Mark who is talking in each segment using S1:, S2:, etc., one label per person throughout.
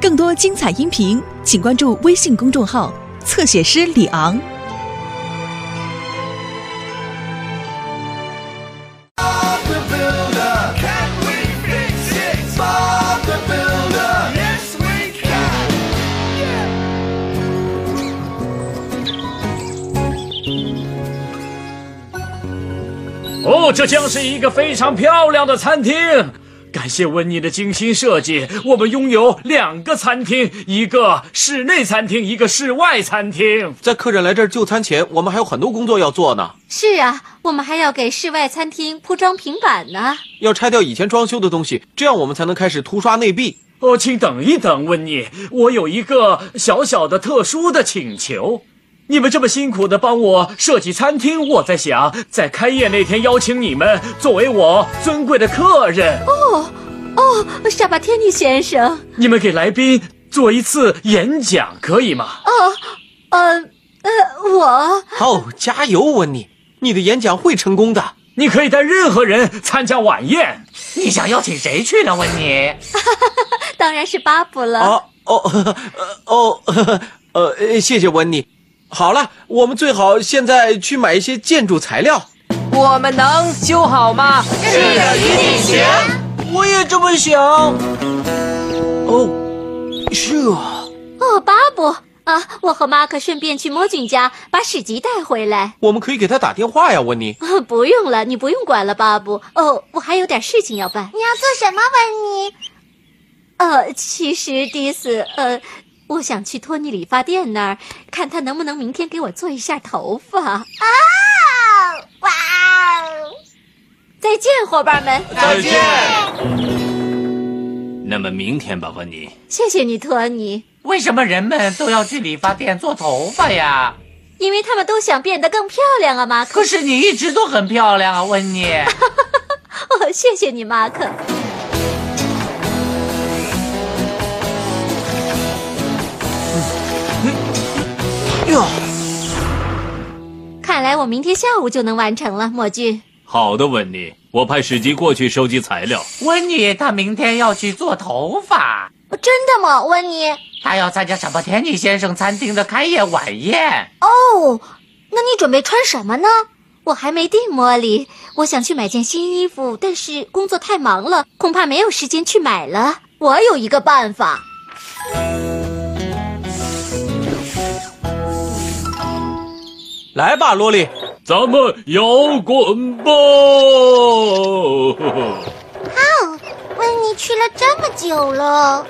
S1: 更多精彩音频，请关注微信公众号“侧写师李昂”。
S2: Bob the Builder. Can we fix it? Bob the Builder. Yes, we can.
S3: 哦，这将是一个非常漂亮的餐厅。感谢温妮的精心设计，我们拥有两个餐厅，一个室内餐厅，一个室外餐厅。
S4: 在客人来这儿就餐前，我们还有很多工作要做呢，
S5: 是啊，我们还要给室外餐厅铺装平板呢。
S4: 要拆掉以前装修的东西，这样我们才能开始涂刷内壁。
S3: 哦，请等一等，温妮，我有一个小小的、特殊的请求。你们这么辛苦的帮我设计餐厅，我在想，在开业那天邀请你们作为我尊贵的客人，
S5: 哦，沙巴天尼先生，
S3: 你们给来宾做一次演讲，可以吗？
S5: 呃呃，我
S4: 好，哦加油，温妮，你的演讲会成功的。
S3: 你可以带任何人参加晚宴。
S6: 你想邀请谁去呢，温妮？
S5: 当然是巴布了。
S4: 啊，哦，呵呃哦，呵呵呃，谢谢温妮。好了，我们最好现在去买一些建筑材料。
S7: 我们能修好吗？
S6: 我也这么想。
S4: 哦，是啊，
S5: 哦，巴布啊，我和马可顺便去摸菌家把史籍带回来。
S4: 我们可以给他打电话呀，温妮。
S5: 哦 不用了，你不用管了，巴布。哦，我还有点事情要办。
S8: 你要做什么，温妮？
S5: 呃，其实迪斯，呃，我想去托尼理发店那儿看他能不能明天给我做一下头发。
S8: 哦，哇哦！
S5: 再见，伙伴们，
S4: 再见。
S9: 那么明天吧，温妮。
S5: 谢谢你，托尼，
S6: 为什么人们都要去理发店做头发呀？
S5: 因为他们都想变得更漂亮啊，马克
S6: 可。是你一直都很漂亮啊，温妮。
S5: 哦， 谢谢你，马克。
S4: 哟，
S5: 看来我明天下午就能完成了，墨剧。
S9: 好的，温妮，我派史吉过去收集材料。
S6: 温妮她明天要去做头发，
S8: 真的吗，温妮？
S6: 她要参加什么天尼先生餐厅的开业晚宴。
S8: 哦，
S5: 那你准备穿什么呢？我还没定，茉莉。我想去买件新衣服，但是工作太忙了，恐怕没有时间去买了。我有一个办法。
S4: 来吧，萝莉。
S3: 咱们摇滚吧！
S9: 哦
S8: 温妮去了这么久了，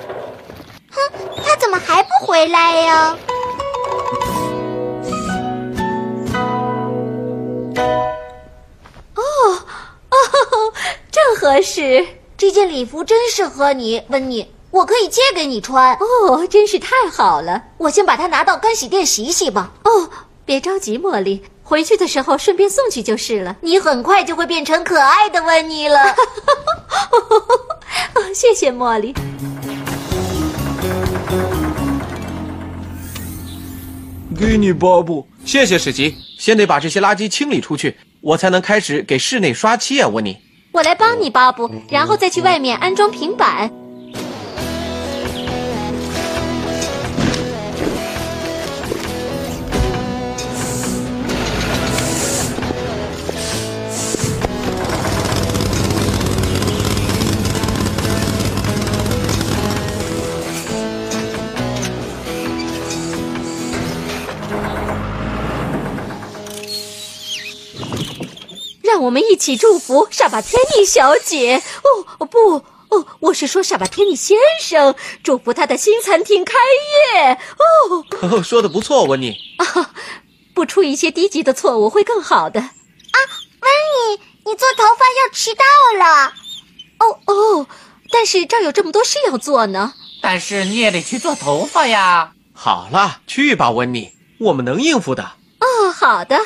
S8: 哼，她怎么还不回来呀？
S5: 哦正合适
S8: 这件礼服真适合你，温妮，我可以借给你穿。
S5: 哦，真是太好了
S8: 我先把它拿到干洗店洗洗吧。
S5: 哦！别着急，茉莉，回去的时候顺便送去就是了。
S8: 你很快就会变成可爱的温妮了。
S5: 哦， 谢谢茉莉。
S4: 给你巴布，谢谢史吉。先得把这些垃圾清理出去，我才能开始给室内刷漆啊，温妮。
S5: 我来帮你，巴布，然后再去外面安装平板。让我们一起祝福傻巴天尼小姐。哦，哦不，哦，我是说傻巴天尼先生，祝福他的新餐厅开业。哦，
S4: 哦，说的不错，温妮。
S5: 不出一些低级的错误会更好的。
S8: 啊温妮，你做头发要迟到了。
S5: 哦哦，但是这儿有这么多事要做呢。
S6: 但是你也得去做头发呀。
S4: 好了，去吧，温妮，我们能应付的。
S5: 哦，好的，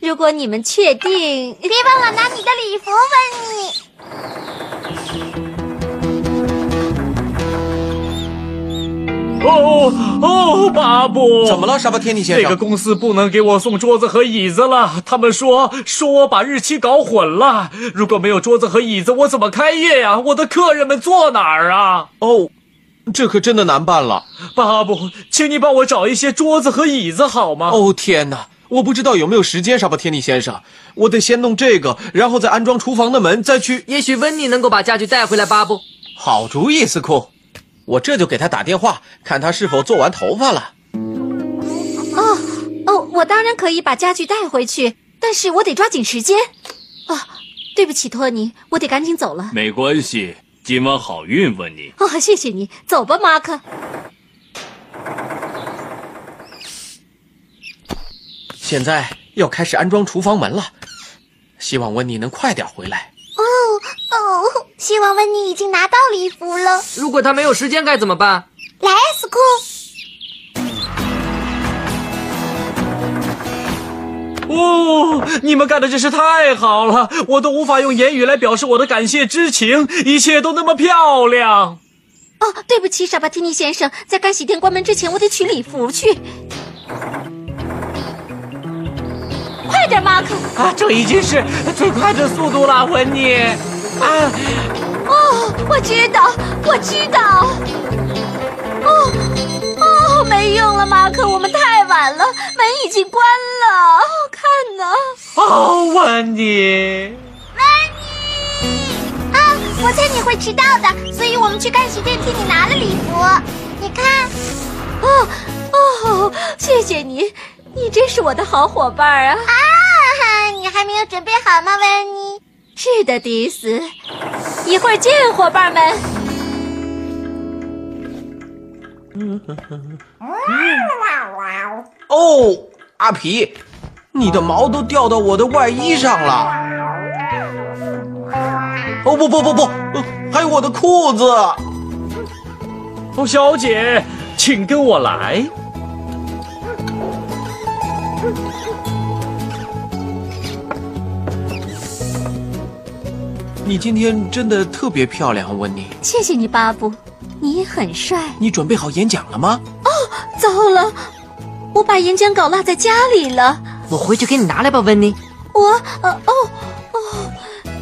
S5: 如果你们确定，
S8: 别忘了拿你的礼服，温妮。
S3: 哦哦，巴布，
S4: 怎么？了，沙巴天帝先
S3: 这个
S4: 生？
S3: 公司不能给我送桌子和椅子了，他们说说我把日期搞混了。如果没有桌子和椅子，我怎么开业呀、我的客人们坐哪儿啊？
S4: 哦，这可真的难办了。
S3: 巴布，请你帮我找一些桌子和椅子好吗？
S4: 哦天哪，我不知道有没有时间，沙巴天尼先生，我得先弄这个，然后再安装厨房的门，再去。
S7: 也许温妮能够把家具带回来，巴布。
S4: 好主意，司库，我这就给他打电话，看他是否做完头发了。
S5: 哦哦，我当然可以把家具带回去，但是我得抓紧时间。哦，对不起，托尼，我得赶紧走了。
S9: 没关系，今晚好运，温妮。
S5: 哦，谢谢你，走吧，马克。
S4: 现在要开始安装厨房门了，希望温妮能快点回来。
S8: 哦，希望温妮已经拿到礼服了。
S7: 如果他没有时间该怎么办？
S8: 来，斯库，
S3: 哦，你们干的真是太好了，我都无法用言语来表示我的感谢之情，一切都那么漂亮。
S5: 哦，对不起，傻巴提尼先生，在干洗店关门之前，我得取礼服去。快点，马克！
S6: 啊，这已经是最快的速度了，温妮。啊，
S5: 哦，我知道，我知道。哦，哦，没用了，马克，我们太晚了，门已经关了。哦看呢、
S3: 哦，温妮，
S8: 啊，我猜你会迟到的，所以我们去干洗店替你拿了礼服。你看，
S5: 哦哦，谢谢你，你真是我的好伙伴啊！
S8: 哈哈，你还没有准备好吗，温妮？
S5: 是的，迪斯，一会儿见，伙伴们。
S4: 哦，阿皮，你的毛都掉到我的外衣上了。哦不不不不，呃还有我的裤子。
S3: 哦，小姐，请跟我来。
S4: 你今天真的特别漂亮，温妮。
S5: 谢谢你，巴布，你很帅。
S4: 你准备好演讲了吗？
S5: 糟了，我把演讲稿落在家里了。
S7: 我回去给你拿来吧，温妮。
S5: 我呃哦，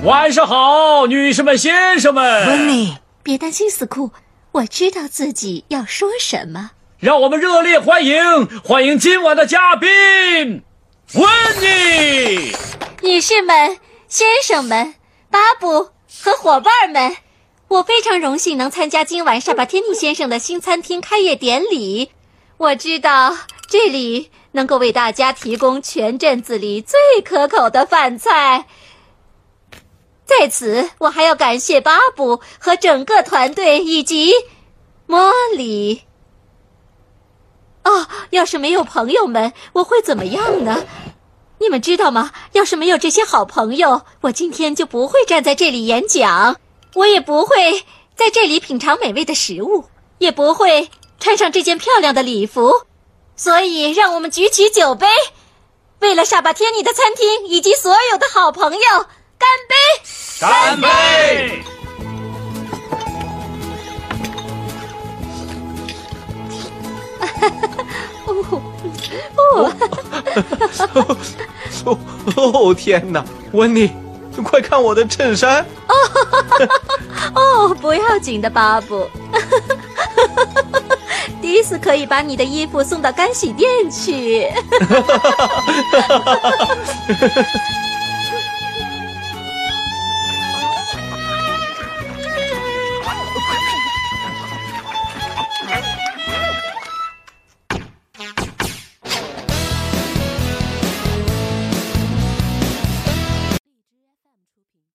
S3: 晚上好，女士们、先生
S7: 温
S3: 们，
S7: 妮，
S5: 别担心，死库，我知道自己要说什么。
S3: 让我们热烈欢迎欢迎今晚的嘉宾温妮。
S5: 女士们、先生们、巴布和伙伴们，我非常荣幸能参加今晚沙巴天尼先生的新餐厅开业典礼。我知道这里能够为大家提供全镇子里最可口的饭菜。在此，我还要感谢巴布和整个团队以及莫里。哦，要是没有朋友们，我会怎么样呢？你们知道吗？要是没有这些好朋友，我今天就不会站在这里演讲，我也不会在这里品尝美味的食物，也不会穿上这件漂亮的礼服。所以，让我们举起酒杯，为了沙巴天尼的餐厅以及所有的好朋友，干杯！
S3: 干杯！
S4: 哦哦天哪，温妮，快看我的衬衫！
S5: 哦，不要紧的，巴 布。迪斯可以把你的衣服送到干洗店去。